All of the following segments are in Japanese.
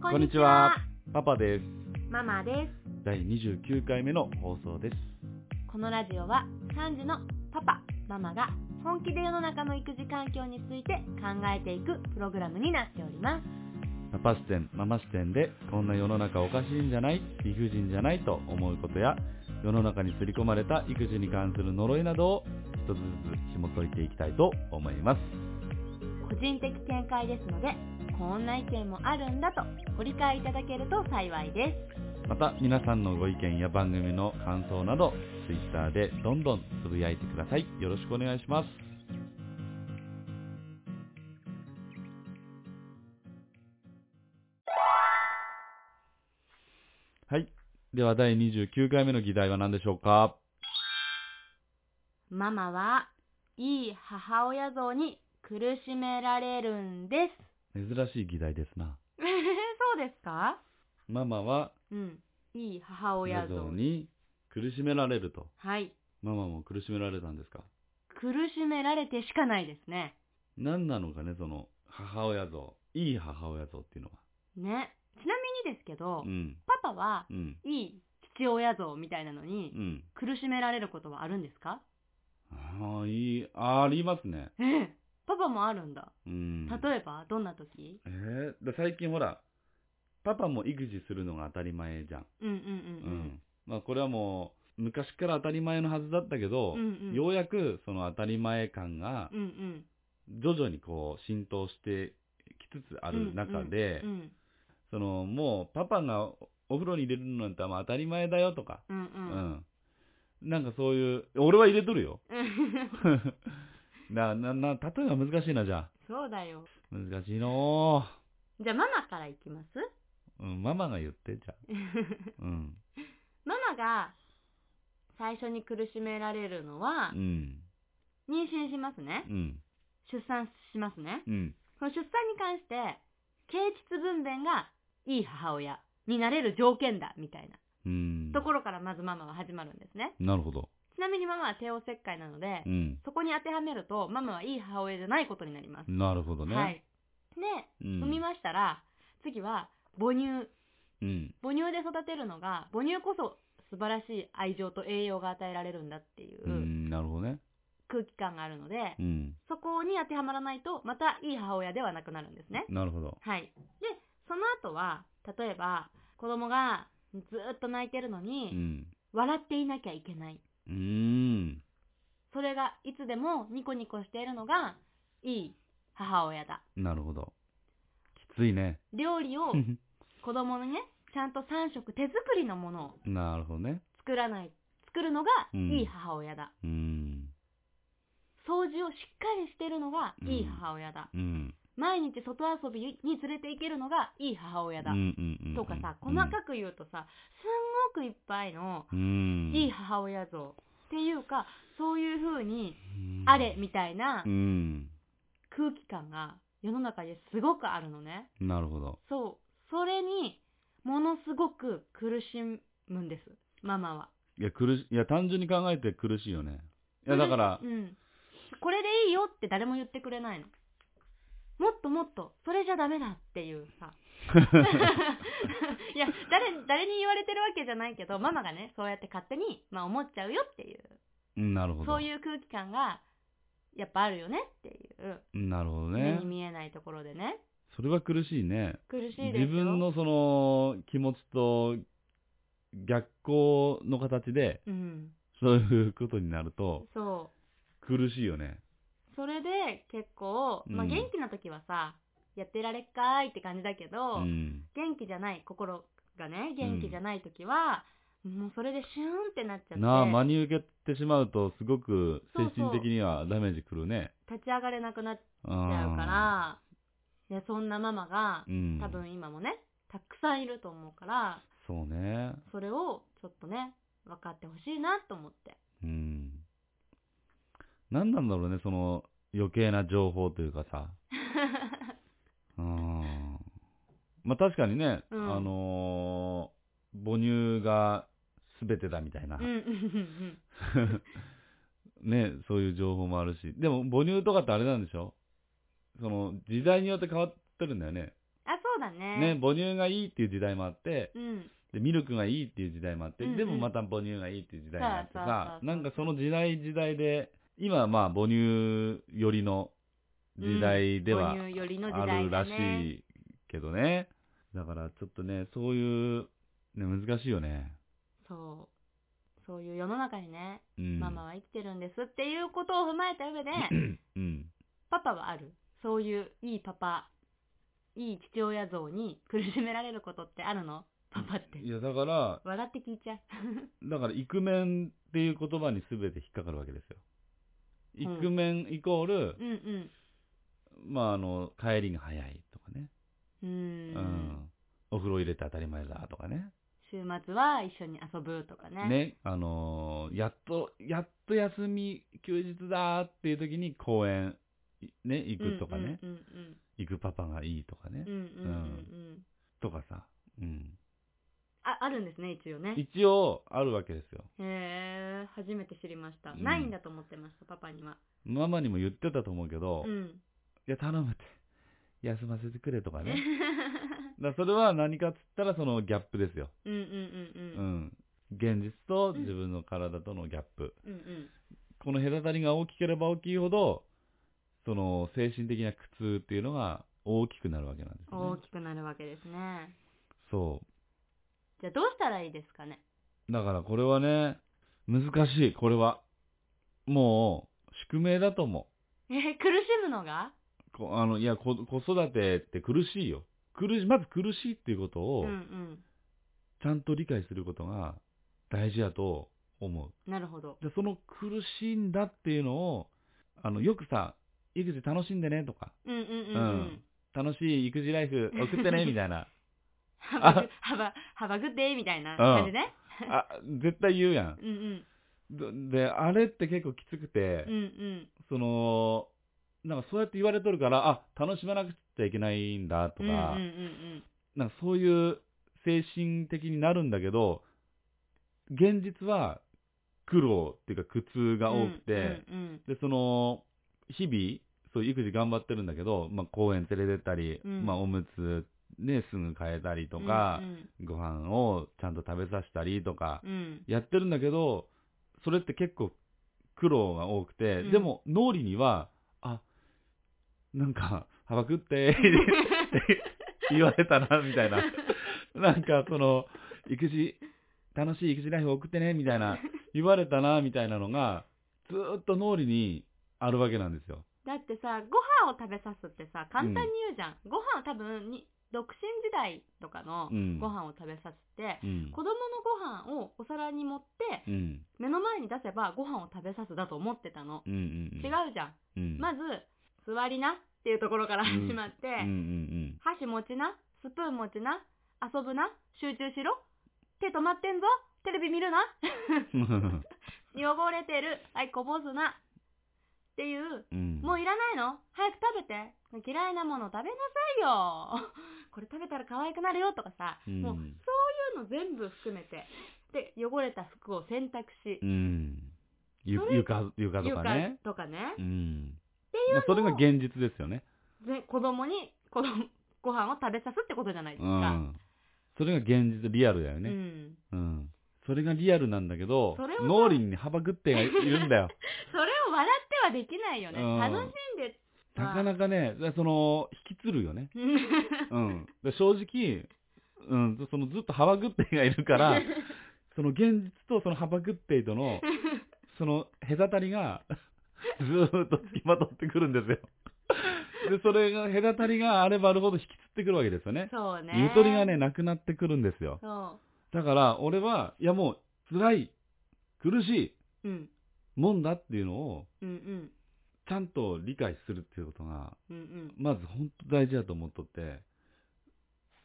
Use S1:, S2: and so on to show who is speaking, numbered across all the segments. S1: こんにちは。
S2: パパです。
S1: ママです。
S2: 第29回目の放送です。
S1: このラジオは3児のパパ、ママが本気で世の中の育児環境について考えていくプログラムになっております。
S2: パパ視点、ママ視点で、こんな世の中おかしいんじゃない理不尽じゃないと思うことや、世の中に刷り込まれた育児に関する呪いなどを一つずつ紐解いていきたいと思います。
S1: 個人的見解ですので、こんな意見もあるんだとご理解いただけると幸いです。
S2: また皆さんのご意見や番組の感想など、Twitter でどんどんつぶやいてください。よろしくお願いします。はい。では第29回目の議題は何でしょうか
S1: ママはいい母親像に苦しめられるんです。
S2: 珍しい議題ですな。
S1: そうですか
S2: ママは
S1: うん。いい母親
S2: 親像
S1: 像に。
S2: に苦しめられると。
S1: はい。
S2: ママも苦しめられたんですか
S1: 苦しめられてしかないですね。
S2: 何なのかね、その母親像。いい母親像っていうのは。
S1: ね。ちなみにですけど、
S2: うん。
S1: パパは
S2: うん。
S1: いい父親像みたいなのに、
S2: うん。
S1: 苦しめられることはあるんですか
S2: ああ、いい、ありますね。
S1: ええパパもあるんだ。
S2: うん。
S1: 例えば、どんな時
S2: えー、だ最近ほら、パパも育児するのが当たり前じゃん。
S1: うんうん
S2: うん。
S1: うん
S2: まあこれはもう、昔から当たり前のはずだったけど、
S1: うん。うんうん。
S2: ようやくその当たり前感が
S1: うんうん。
S2: 徐々にこう浸透してきつつある中で、
S1: うん
S2: そのもうパパがおお風呂に入れるのなんてまあ当たり前だよとか、
S1: うんう。
S2: うんん。なんかそういう、俺は入れとるよ。
S1: うん。
S2: な、な、な、例えば難しいな、じゃあ。
S1: そうだよ。
S2: 難しいのー。
S1: じゃあ、ママからいきます
S2: うん、ママが言って、じゃあ。うん。
S1: ママが最初に苦しめられるのは
S2: う、ん。
S1: 妊娠しますね
S2: う。ん。
S1: 出産しますね。
S2: うん。
S1: その出産に関して、経腟分娩がいい母親になれる条件だ、みたいな
S2: うん。
S1: ところからまずママは始まるんですね。
S2: なるほど。
S1: ちなみにママは帝王切開なので
S2: う、ん。
S1: そこに当てはめると、ママはいい母親じゃないことになります。
S2: なるほどね。
S1: はい。で、
S2: うん。
S1: 産みましたら、次は母乳。
S2: うん。。
S1: 母乳で育てるのが、母乳こそ素晴らしい愛情と栄養が与えられるんだっていううん
S2: なるほどね。
S1: 空気感があるので
S2: う、ん。
S1: そこに当てはまらないと、またいい母親ではなくなるんですね。
S2: なるほど。
S1: はい。で、その後は、例えば、子供がずーっと泣いてるの
S2: う
S1: に、
S2: ん。
S1: 笑っていなきゃいけない。
S2: うーん。
S1: それが、いつでもニコニコしているのが、いい母親だ。
S2: なるほど。きついね。
S1: 料理を子供にね、ちゃんと3食手作りのものを
S2: なるほどね。
S1: 作らない、作るのが
S2: うん
S1: いい母親だ。
S2: うん。
S1: 掃除をしっかりしてるのがいい母親だ。
S2: うん。
S1: 毎日外遊びに連れて行けるのがいい母親だ。
S2: うんうんうん。
S1: とかさ、
S2: う
S1: 細
S2: ん
S1: かく言うとさ、すんごくいっぱいの
S2: うん。
S1: いい母親像っていうか、そういう風に、
S2: うん
S1: あれみたいな
S2: うん。
S1: 空気感が世の中ですごくあるのね。
S2: なるほど。
S1: そう。それに、ものすごく苦しむんです。ママは。
S2: いや、苦し、いや、単純に考えて苦しいよね。いや、だから
S1: う、ん。これでいいよって誰も言ってくれないの。もっともっと、それじゃダメだっていう さ。いや、誰、誰に言われてるわけじゃないけど、ママがね、そうやって勝手に、まあ思っちゃうよっていう。
S2: うんなるほど。
S1: そういう空気感が、やっぱあるよねっていう。
S2: うんなるほど
S1: 目
S2: ね
S1: に。見えないところでね。
S2: それは苦しいね。
S1: 苦しいですよ。
S2: 自分、のその気持ちと逆行の形で
S1: うん。
S2: そういうことになると
S1: そ
S2: 苦しいよね。
S1: う。それで結構、まあ
S2: うん
S1: 元気な時はさ、やってられっかーいって感じだけ
S2: う
S1: ど、
S2: ん。
S1: 元気じゃない、心がね、元気じゃない時は、もうそれでシューンってなっちゃって、
S2: なあ、真に受けてしまうとすごく精神的にはダメージくるね。
S1: 立ち上がれなくなっち
S2: ち
S1: ゃうから、いや、そんなママが
S2: う、ん。
S1: 多分今もね、たくさんいると思うから、
S2: そうね。
S1: それをちょっとね、分かってほしいなと思って。
S2: うん。何なんだろうね、その余計な情報というか さ。うん。まあ確かにね、
S1: うん
S2: あのー母乳が全てだみたいな。
S1: うんうんうん
S2: ね、そういう情報もあるし。でも、母乳とかってあれなんでしょその、時代によって変わってるんだよね。
S1: あ、そそうだね。
S2: ね、母乳がいいっていう時代もあって、
S1: うん。
S2: で、ミルクがいいっていう時代もあって、
S1: うんうん
S2: でもまた母乳がいいっていう時代もあってさ、
S1: そうそうそうそう
S2: なんかその時代時代で、今はまあ母乳寄りの時代では
S1: 母乳よりの時
S2: ある
S1: 代
S2: ら
S1: だ
S2: し
S1: ね。
S2: いけどね。だからちょっとね、そういう、ね、難しいよね。
S1: そう。そういう世の中にね、
S2: うん。
S1: ママは生きてるんですっていうことを踏まえた上 で、
S2: うん。
S1: パパはある。そういういいパパ、いい父親像に 苦しめられることってあるのパパって
S2: い。や、だから、
S1: 笑って聞いちゃう。
S2: だから、イクメンっていう言葉に全て引っかかるわけですよ。イクメンイコール、
S1: うんうん。
S2: まあ、あの、帰りが早いとかね。
S1: うー
S2: うんん。お風呂入れて当たり前だとかね。
S1: 週末は一緒に遊ぶとかね。
S2: ね。あのーやっと、やっと休み、休日だっていう時に公園、いね、行くとかね。
S1: うんうん
S2: 行くパパがいいとかね。
S1: うんうん。うんうんうんうん。
S2: とかさ。うん。
S1: あ、あるんですね、一応ね。
S2: 一応、あるわけですよ。
S1: へえ、初めて知りました。
S2: うん
S1: ないんだと思ってました、パパには。
S2: ママにも言ってたと思うけど、
S1: う
S2: い
S1: ん。
S2: や、頼むって。休ませてくれと かね。だからそれは何かっつったらそのギャップですよ。
S1: うんうん
S2: う
S1: うんうん。
S2: ん。現実と自分の体とのギャップ。
S1: うんうん。
S2: この隔たりが大きければ大きいほど、その精神的な苦痛っていうのが大きくなるわけなんですよ
S1: 大
S2: ね。
S1: きくなるわけですね。
S2: そ
S1: じゃあどうしたらいいですかね。
S2: う。だからこれはね、難しい、これは。もう、宿命だと思
S1: えー、苦しむのが
S2: う。こあの、いや、こ子育てって苦しいよ。苦し、まず苦しいっていうこと
S1: うん
S2: を
S1: う、ん。
S2: ちゃんと理解することが大事やと思う。
S1: なるほど。
S2: で、その苦しいんだっていうのを、あの、よくさ、育児楽しんでねとか、
S1: うんうんうん
S2: う
S1: うん
S2: ん。楽しい育児ライフ送ってねみたいな。
S1: 幅ぐ、幅、幅ぐってみたいな感じね。
S2: あ、絶対言うやん
S1: うんうん。
S2: ど。で、あれって結構きつくて、
S1: うんうん。
S2: その、なんかそうやって言われとるから、あ、楽しまなくちゃいけないんだとか、
S1: うんうんうん
S2: なんかそういう精神的になるんだけど、現実は苦労っていうか苦痛
S1: う
S2: が
S1: ん。
S2: 多くて、
S1: うんうん
S2: で、その、日々、そう、育児頑張ってるんだけど、まあ、公園連れてったり、
S1: うん
S2: まあ、おむつ、ね、すぐ変えたりと
S1: うん。
S2: か
S1: う、ん
S2: ご飯をちゃんと食べさせたりとか、
S1: うん。
S2: やってるんだけど、それって結構苦労が多くて、
S1: うん
S2: でも、脳裏には、あ、なんか、幅くって、って言われたな、みたいな。なんか、その、育児、楽しい育児ライフ送ってね、みたいな、言われたな、みたいなのが、ずーっと脳裏にあるわけなんですよ。
S1: だってさ、ご飯を食べさすってさ、簡単に言うじゃん。ご飯を多分に、独身時代とかの
S2: うん
S1: ご飯を食べさせて、
S2: うん
S1: 子。供のご飯をお皿に盛って、
S2: うん。
S1: 目の前に出せばご飯を食べさすだと思ってたの。
S2: うん。うん。
S1: 違うじゃん。
S2: うん。
S1: まず、座りなっていうところから
S2: うん
S1: 始まって、
S2: うん。うん。
S1: 箸持ちな、スプーン持ちな、遊ぶな、集中しろ、手止まってんぞ、テレビ見るな、
S2: うん。うん。
S1: 汚れてる、はい、こぼすな、っていう
S2: うん
S1: もういらないの早く食べて。嫌いなもの食べなさいよ。 これ食べたら可愛くなるよとかさ、
S2: うん
S1: もうそういうの全部含めて。で、汚れた服を洗濯し
S2: う、ん。ゆ
S1: それ
S2: 床、床とかね。
S1: とかね
S2: う、ん。まあ、それが現実ですよね。
S1: ぜ子供に子供ご飯を食べさすってことじゃないです
S2: う
S1: か。
S2: ん。それが現実、リアルだよ
S1: う
S2: ね。
S1: ん
S2: うん。それがリアルなんだけど
S1: それを、さ
S2: 脳裏に幅食ってがいるん だよ。
S1: それを笑ってはできないよね。
S2: うん
S1: 楽しんで。
S2: なかなかね、その、引きつるよね。うん。で正直、うん、そのずっと幅食ってがい るから、その現実とその幅食ってとの、その隔たりが、ずーっと付きまとってくるんですよ。で、それが、隔たりがあればあるほど引きつってくるわけですよね。
S1: そうね。
S2: ゆとりがね、。なくなってくるんですよ。
S1: そ。
S2: だから、俺は、いやもう、辛い、苦しいう
S1: うん。
S2: もんだっていうのを、
S1: うんうん。
S2: ちゃんと理解するっていうことが、
S1: うんうん。
S2: まず本当大事だと思っとって、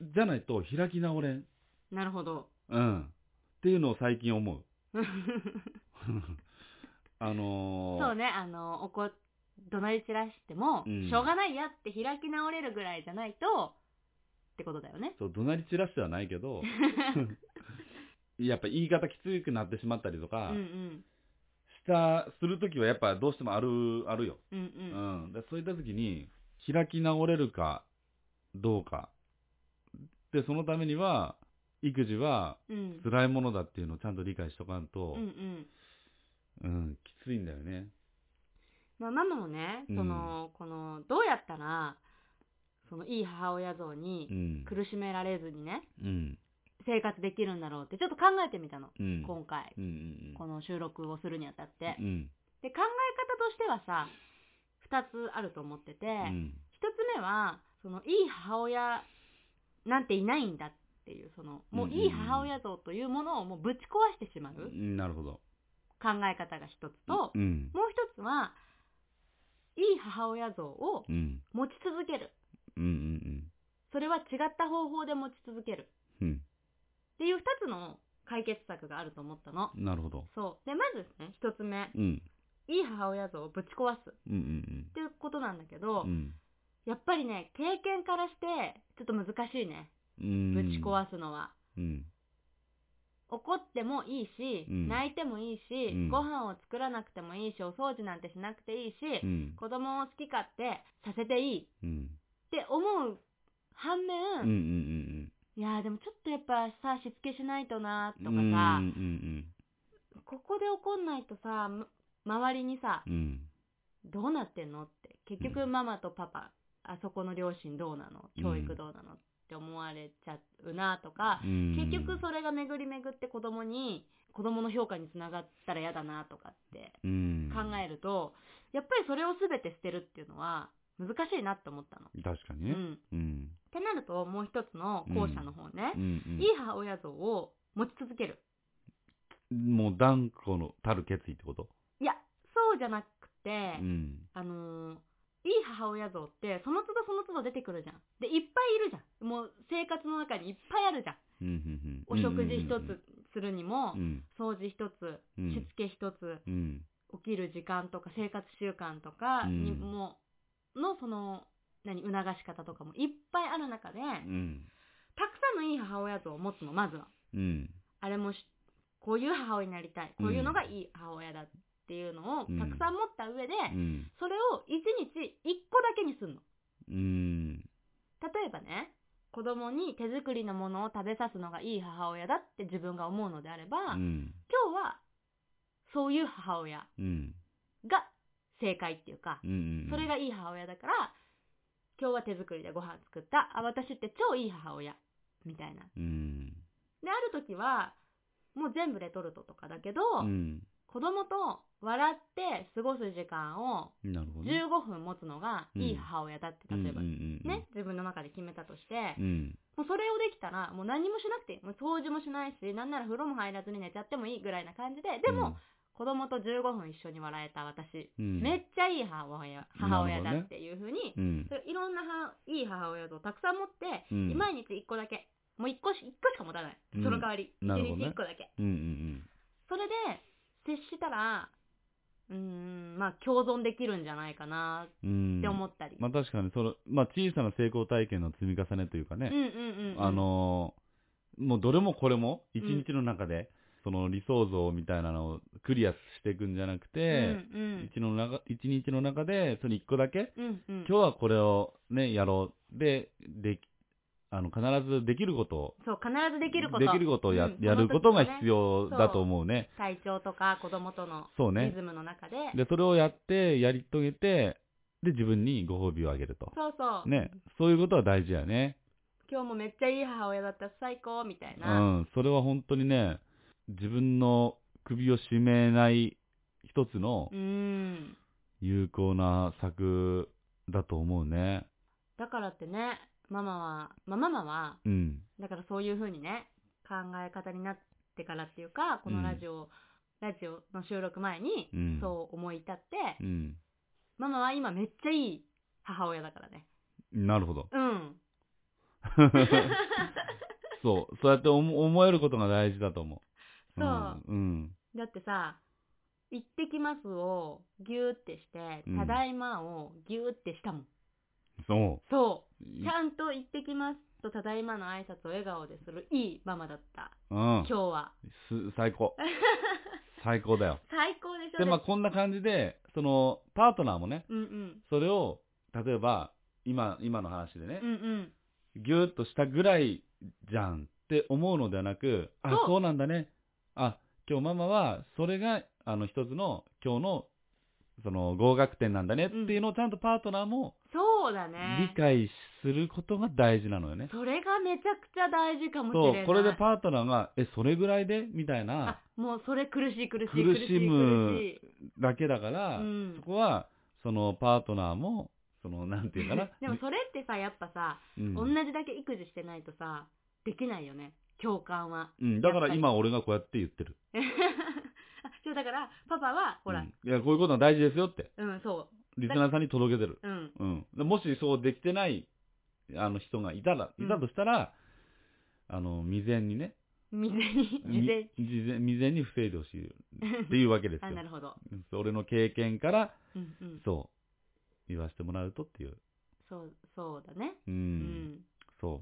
S2: じゃないと開き直れん。
S1: なるほど。
S2: うん。っていうのを最 近思う。あのー
S1: そうね、あの、おこ、怒鳴り散らしても、
S2: うん
S1: しょうがないやって開き直れるぐらいじゃないと、ってことだよね。
S2: そう、怒鳴り散らしてはないけ ど、やっぱ言い方きつくなってしまったりと
S1: うん
S2: か
S1: う、ん。
S2: した、するときはやっぱどうしてもある、あるよ。
S1: うんう。
S2: うんん。でそういったときに、開き直れるか、どうかで、そのためには、育児は
S1: うん。
S2: 辛いものだっていうのをちゃんと理解しとかんと
S1: うんう、ん。
S2: うん、きついんだよね。
S1: まあ、ママもね、
S2: うん
S1: その、この、どうやったら、その、いい母親像
S2: う
S1: に
S2: ん。
S1: 苦しめられずにね、
S2: うん。
S1: 生活できるんだろうって、ちょっと考えてみたの。
S2: うん。
S1: 今回、
S2: うんうん
S1: この収録をするにあたって
S2: う。ん。
S1: で、考え方としてはさ、二つあると思ってて、
S2: うん。
S1: 一つ目は、その、いい母親なんていないんだっていう、その、もういい母親像というものをもうぶち壊してしまう
S2: う
S1: 考
S2: ん。なるほど。
S1: え方が一つと、
S2: うん。
S1: もう一つは、いい母親像を
S2: うん。
S1: 持ち続ける。
S2: うんうん
S1: それは違った方法で持ち続ける。
S2: うん。
S1: っていう二つの解決策があると思ったの。
S2: うん。なるほど。
S1: そう。で、まずですね、一つ目。
S2: うん。
S1: いい母親像をぶち壊す。っ
S2: うんうん
S1: ていうことなんだけ
S2: う
S1: ど、
S2: ん。
S1: やっぱりね、経験からして、ちょっと難しいね。
S2: うん。
S1: ぶち壊すのは。
S2: うん。
S1: 怒ってもいいし、
S2: うん
S1: 泣いてもいいし、
S2: うん
S1: ご飯を作らなくてもいいし、お掃除なんてしなくていいし、
S2: うん。
S1: 子供を好き勝手させていいっ
S2: うん。
S1: て思う反面、
S2: うんうんうん。
S1: いやーでもちょっとやっぱさ、しつけしないとなーとか
S2: うん
S1: さ、
S2: うん
S1: ここで怒んないとさ、む周りにさ
S2: う、ん。
S1: どうなってんのって、結
S2: う
S1: 局ママとパパ、あそこの両親どうなの教育どうなのって思われちゃうなとか、
S2: うん。
S1: 結局それが巡り巡って子供に、子供の評価につながったら嫌だなとかって
S2: うん。
S1: 考えると、やっぱりそれを全て捨てるっていうのは難しいなって思ったの。
S2: 確かに
S1: う
S2: ね。
S1: ん。
S2: うん。
S1: ってなると、もう一つの後者の方ね
S2: う、ん
S1: いい母親像を持ち続ける。
S2: うん。もう断固のたる決意ってこと
S1: いや、そうじゃなくて、
S2: うん。
S1: あのーいい母親像って、その都度その都度出てくるじゃん。で、いっぱいいるじゃん。もう生活の中にいっぱいあるじゃん。
S2: うんうんう
S1: お
S2: ん。
S1: 食事一つするにも
S2: う、ん。
S1: 掃除一つ、
S2: うん
S1: しつけ一つ、
S2: うん。
S1: 起きる時間とか生活習慣とか
S2: うん
S1: にも、のその、何、促し方とかもいっぱいある中で、
S2: うん。
S1: たくさんのいい母親像を持つの、まずは。
S2: うん。
S1: あれもし、こういう母親になりたい。こういうのがいい母親だっていうのを、
S2: うん
S1: たくさん持った上で、
S2: うん。
S1: それを一日一個だけにすんの。
S2: うん。
S1: 例えばね、子供に手作りのものを食べさすのがいい母親だって自分が思うのであれば、
S2: う
S1: 今
S2: ん。
S1: 日はそういう母親
S2: うん。
S1: が正解っていうか、
S2: うん。
S1: それがいい母親だから、今日は手作りでご飯作った、あ、私って超いい母親、みたいな。
S2: うん。
S1: で、ある時は、もう全部レトルトとかだけど、
S2: うん。
S1: 子供と笑って過ごす時間を
S2: なるほど。
S1: 15分持つのがいい母親だって、例えば、
S2: うんうんうん、
S1: ね、自分の中で決めたとして
S2: う、ん。
S1: もうそれをできたら、もう何もしなくていい。もう掃除もしないし、なんなら風呂も入らずに寝ちゃってもいいぐらいな感じで、でも、子供と15分一緒に笑えた私、
S2: うん、
S1: めっちゃいい母親母親だっていうふうに、
S2: うん、
S1: そういろんなはいい母親像をたくさん持って、
S2: うん
S1: 毎日1個だけ、もう1個し ,1 個しか持たない。
S2: うん
S1: その代わり、一
S2: なるほど
S1: 日
S2: ね
S1: 1個だけ。
S2: うんうん
S1: それで、接したら、うーん、まあ共存できるんじゃないかな
S2: うん。
S1: って思
S2: っ
S1: ったり。
S2: まあ確かに、その、まあ小さな成功体験の積み重ねというか
S1: うん
S2: ね、
S1: うんうんうん。
S2: あのーもうどれもこれも、一日の中で、その理想像みたいなのをクリアしていくんじゃなく
S1: うん
S2: て、
S1: うん、
S2: 一の中一日の中で、その一個だけ、
S1: うんうん。
S2: 今日はこれをね、やろう。で、でき、あの、必ずできることを、
S1: そう、必ずできること。
S2: できることをや,、
S1: うん
S2: やることが必。
S1: その時のね
S2: 要だと思うね。
S1: 体調とか子供との
S2: そうね
S1: リ。ズムの中で。
S2: で、それをやって、やり遂げて、で、自分にご褒美をあげると。
S1: そうそう。
S2: ね。そういうことは大事やね。
S1: 今日もめっちゃいい母親だったし最高みたいうな。
S2: ん。それは本当にね、自分の首を絞めない一つの
S1: うーん。
S2: 有効な策だと思うね。
S1: だからってね、ママは、まあ、ママは、
S2: うん。
S1: だからそういう風にね、考え方になってからっていうか、このラジオ、ラジオの収録前に
S2: う、ん。
S1: そう思い至って、
S2: うん。
S1: ママは今めっちゃいい母親だからね。。
S2: なるほど
S1: うん。
S2: そう。そうやって思思えることが大事だと思う。。
S1: そうん
S2: うん。
S1: だってさ、行ってきますをぎゅーってして
S2: う、ん
S1: ただいまをぎゅーってしたもん。
S2: そ。
S1: そうう。ちゃんと行ってきますと、ただいまの挨拶を笑顔でするいいママだった。
S2: うん
S1: 今。日は。
S2: す最 高。最高だよ。
S1: 最高でしょ
S2: で、まあ、こんな感じで、その、パートナーもね、
S1: うんうん。
S2: それを、例えば、今、今の話でね、
S1: うんうん。
S2: ギューッとしたぐらいじゃんって思うのではなく、あ、
S1: そう
S2: そうなんだね。あ、今日ママは、それが、あの、一つの、今日の、その、合格点なんだねっていうのをちゃんとパートナーも
S1: そうだ
S2: 理
S1: ね。
S2: 解することが大事なのよね。
S1: それがめちゃくちゃ大事かもし
S2: そ
S1: れな
S2: う
S1: い。、
S2: これでパートナーが、え、それぐらいでみたいな
S1: あ、もうそれ苦しい苦しい
S2: 苦しむだけだから、
S1: うん
S2: そこは、その、パートナーも、その、なんていうかな
S1: 。でもそれってさ、やっぱさ、
S2: うん
S1: 同じだけ育児してないとさ、できないよね。共感は。
S2: うん、だから今俺がこうやって言ってる。
S1: あそうだから、パパは、ほら、
S2: う
S1: うんん、
S2: いや、こういうことは大事ですよって。
S1: そ
S2: リスナーさんに届けてる。
S1: う。うん。
S2: うん。でもしそうできてない、あの人がいたら、いたとしたら、あの、未然にね、
S1: 未然に、未然に。
S2: み未然未然に防いでほしいっていうわけで す
S1: あ、
S2: よ
S1: な。るほど。
S2: 俺の経験から、
S1: うんうん。
S2: そう、言わせてもらうとっていう。
S1: そう、そうだね。
S2: う。
S1: うんん。
S2: そ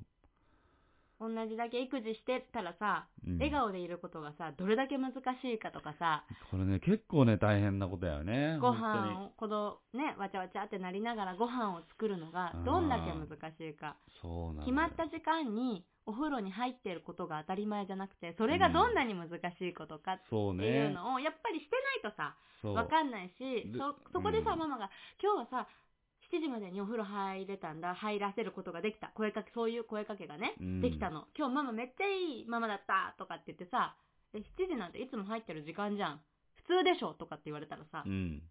S1: 同じだけ育児してたらさ、
S2: う。うん
S1: 笑。顔でいることがさ、どれだけ難しいかとかさ、
S2: これね、結構ね、大変なことやよね。
S1: ご
S2: 本当
S1: 飯
S2: に。
S1: を、このね、わちゃわちゃってなりながらご飯を作るのが
S2: あー、
S1: どんだけ難しいか。
S2: そうなんだよ
S1: 決まった時間にお風呂に入ってることが当たり前じゃなくて、それがどんなに難しいことかっ
S2: そう
S1: ていう
S2: ね。
S1: のを、やっぱりしてないとさ、
S2: そう。
S1: わかんないし
S2: で、
S1: そ、そこでさ、
S2: うん
S1: ママが、今日はさ、7時までにお風呂入れたんだ、入らせることができた、声かけ、そういう声かけがね、
S2: うん
S1: できたの。今日ママめっちゃいいママだったとかって言ってさ、え、7時なんていつも入ってる時間じゃん。普通でしょとかって言われたらさ
S2: う、ん。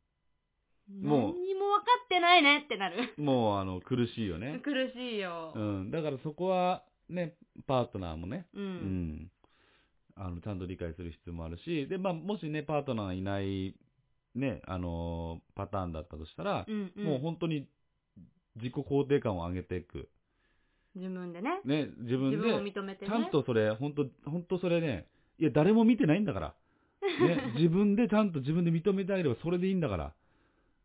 S2: もう
S1: 何にも分かってないねってなる。。
S2: もう、あの、苦しいよ ね
S1: 苦しいよ
S2: う。ん。だからそこは、ね、パートナーもね、
S1: う。
S2: うんん、あのちゃんと理解する必要もあるし、でまあ、もしね、パートナーがいない、ねあのーパターンだったとしたら、
S1: うん。うん
S2: もう本当に自己肯定感を上げていく、
S1: 自分でね。
S2: ね、
S1: 自
S2: 自分
S1: 分を
S2: で、
S1: 認めて
S2: ち
S1: ね。
S2: ゃんとそれ、本当、本当それね、いや、誰も見てないんだから、 ね、自分でちゃんと自分で認めてあげれば、それでいいんだから、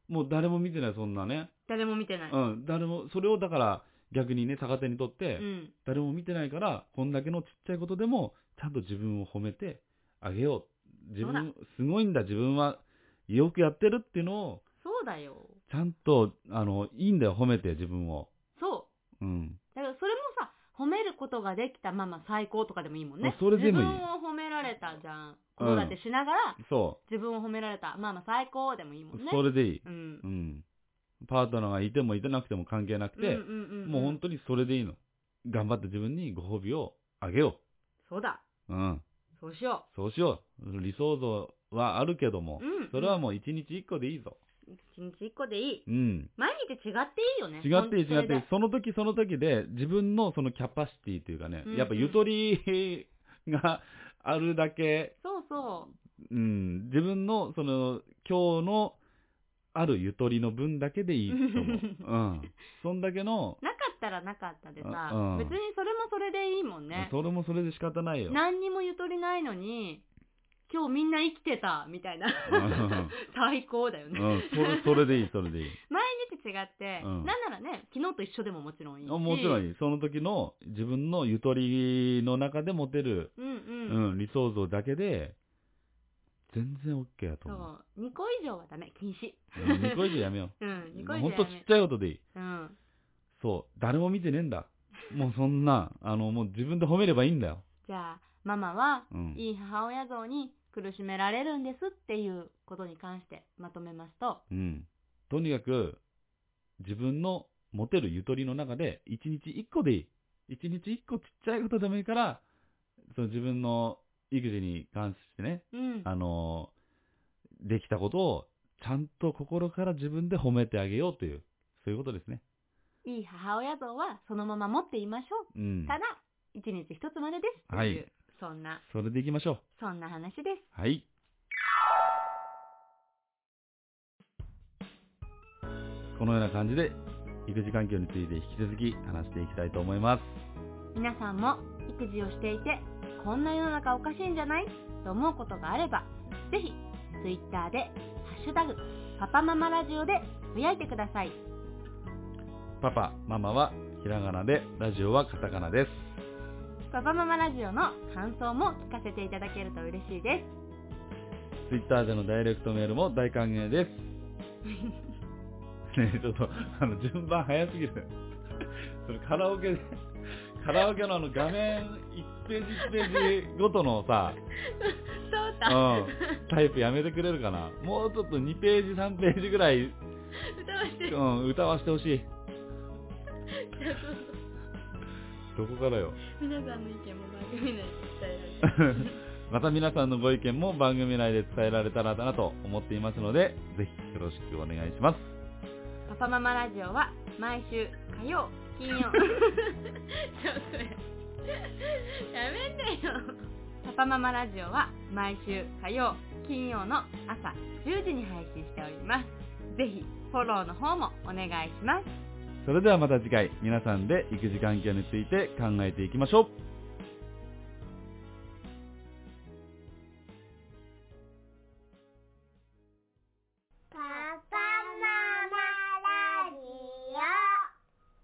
S2: もう誰も見てない、そんなね、
S1: 誰も見てない。
S2: うん、誰も、それをだから、逆にね、逆手にとって、
S1: うん。
S2: 誰も見てないから、こんだけのちっちゃいことでも、ちゃんと自分を褒めてあげよう。自分、すごいんだ、自分は、よくやってるっていうのを、
S1: そうだよ。
S2: ちゃんと、あの、いいんだよ、褒めて、自分を。
S1: そう。
S2: うん。
S1: だからそれもさ、褒めることができたママ最高とかでもいいもんね。
S2: それでもいい
S1: 自分を褒められたじゃん。子育てしながら、
S2: そ
S1: 自分を褒められたママ最高でもいいも
S2: う。
S1: んね。
S2: それでいい。
S1: うん
S2: う。ん。パートナーがいてもいてなくても関係なくて、もう本
S1: 当
S2: 当にそれでいいの。頑張って自分にご褒美をあげよ
S1: そうだ。
S2: う。うん。
S1: そうしよ
S2: そうしよう。理想像はあるけども、
S1: うん
S2: それはもう一日一個でいいぞ。
S1: う。一日一個でいい。
S2: うん。
S1: 毎日違っていいよね。
S2: 違っていい違っていい
S1: 本
S2: その時その時で自分のそのキャパシティというかね、
S1: うんうん
S2: やっぱゆとりがあるだけ、
S1: 当にねそうそ
S2: うん、自分のその今日のあるゆとりの分だけでいい と思う。うん。そんだけの、
S1: う。なかったらなかったでさ、
S2: うん
S1: 別にそれもそれでいいもんね。
S2: それもそれで仕方ないよ。
S1: 何にもゆとりないのに、今日みんな生きてた、みたいな。
S2: うん
S1: 最高だよ
S2: う
S1: ね。
S2: ん、それ、それでいい、それでいい。
S1: 毎日違って、
S2: うん
S1: なんならね、昨日と一緒でももちろんいいし。
S2: あもちろん
S1: い。
S2: いい。その時の自分のゆとりの中で持てる、
S1: うん
S2: う
S1: うん。
S2: ん、理想像だけで、全然 OK やと
S1: そ
S2: 思う。
S1: う。2個以上はダメ、禁止。
S2: うん、ニコイチやめよう。
S1: うん、2個以上
S2: ほんと
S1: は
S2: ち
S1: ダメ
S2: っちゃいことでいい。
S1: うん。
S2: そう。誰も見てねえんだ。もうそんな、あの、もう自分で褒めればいいんだよ。
S1: じゃあ、ママは、
S2: うん。
S1: いい母親像に苦しめられるんですっていうことに関してまとめますと、
S2: うん。とにかく、自分の持てるゆとりの中で、一日一個でいい。一日一個ちっちゃいことでもいいから、その自分の育児に関してね、
S1: うん。
S2: あのできたことを、ちゃんと心から自分で褒めてあげようという、そういうことですね。
S1: いい母親像はそのまま持っていましょ
S2: うん
S1: う。。ただ、一日一つまでですっていう、
S2: はい
S1: そんな、
S2: それでいきましょう。
S1: そんな話です。
S2: はい。このような感じで、育児環境について引き続き話していきたいと思います。
S1: 皆さんも育児をしていてこんな世の中おかしいんじゃないと思うことがあればぜひ Twitter で「ハッシュタグパパママラジオ」でつぶやいてください
S2: パパ、ママはひらがなで、ラジオはカタカナです。
S1: パパママラジオの感想も聞かせていただけると嬉しいです
S2: Twitter でのダイレクトメールも大歓迎です。ねえちょっと、あの、順番早すぎる。それカラオケで、カラオケのあの画面1ページ1ページごとのさ、
S1: そう
S2: う
S1: だ、
S2: ん、タイプやめてくれるかなもうちょっと2ページ3ページぐらい、
S1: 歌わせて
S2: う。ん、歌わしてほしい どこからよ
S1: 皆さんの意見も番組内で伝えられ る
S2: また皆さんのご意見も番組内で伝えられたらなと思っていますのでぜひよろしくお願いします
S1: パパママラジオは毎週火曜金曜 ちょっとやめてよパパママラジオは毎週火曜金曜の朝10時に配信しておりますぜひフォローの方もお願いします
S2: それではまた次回皆さんで育児関係について考えていきましょう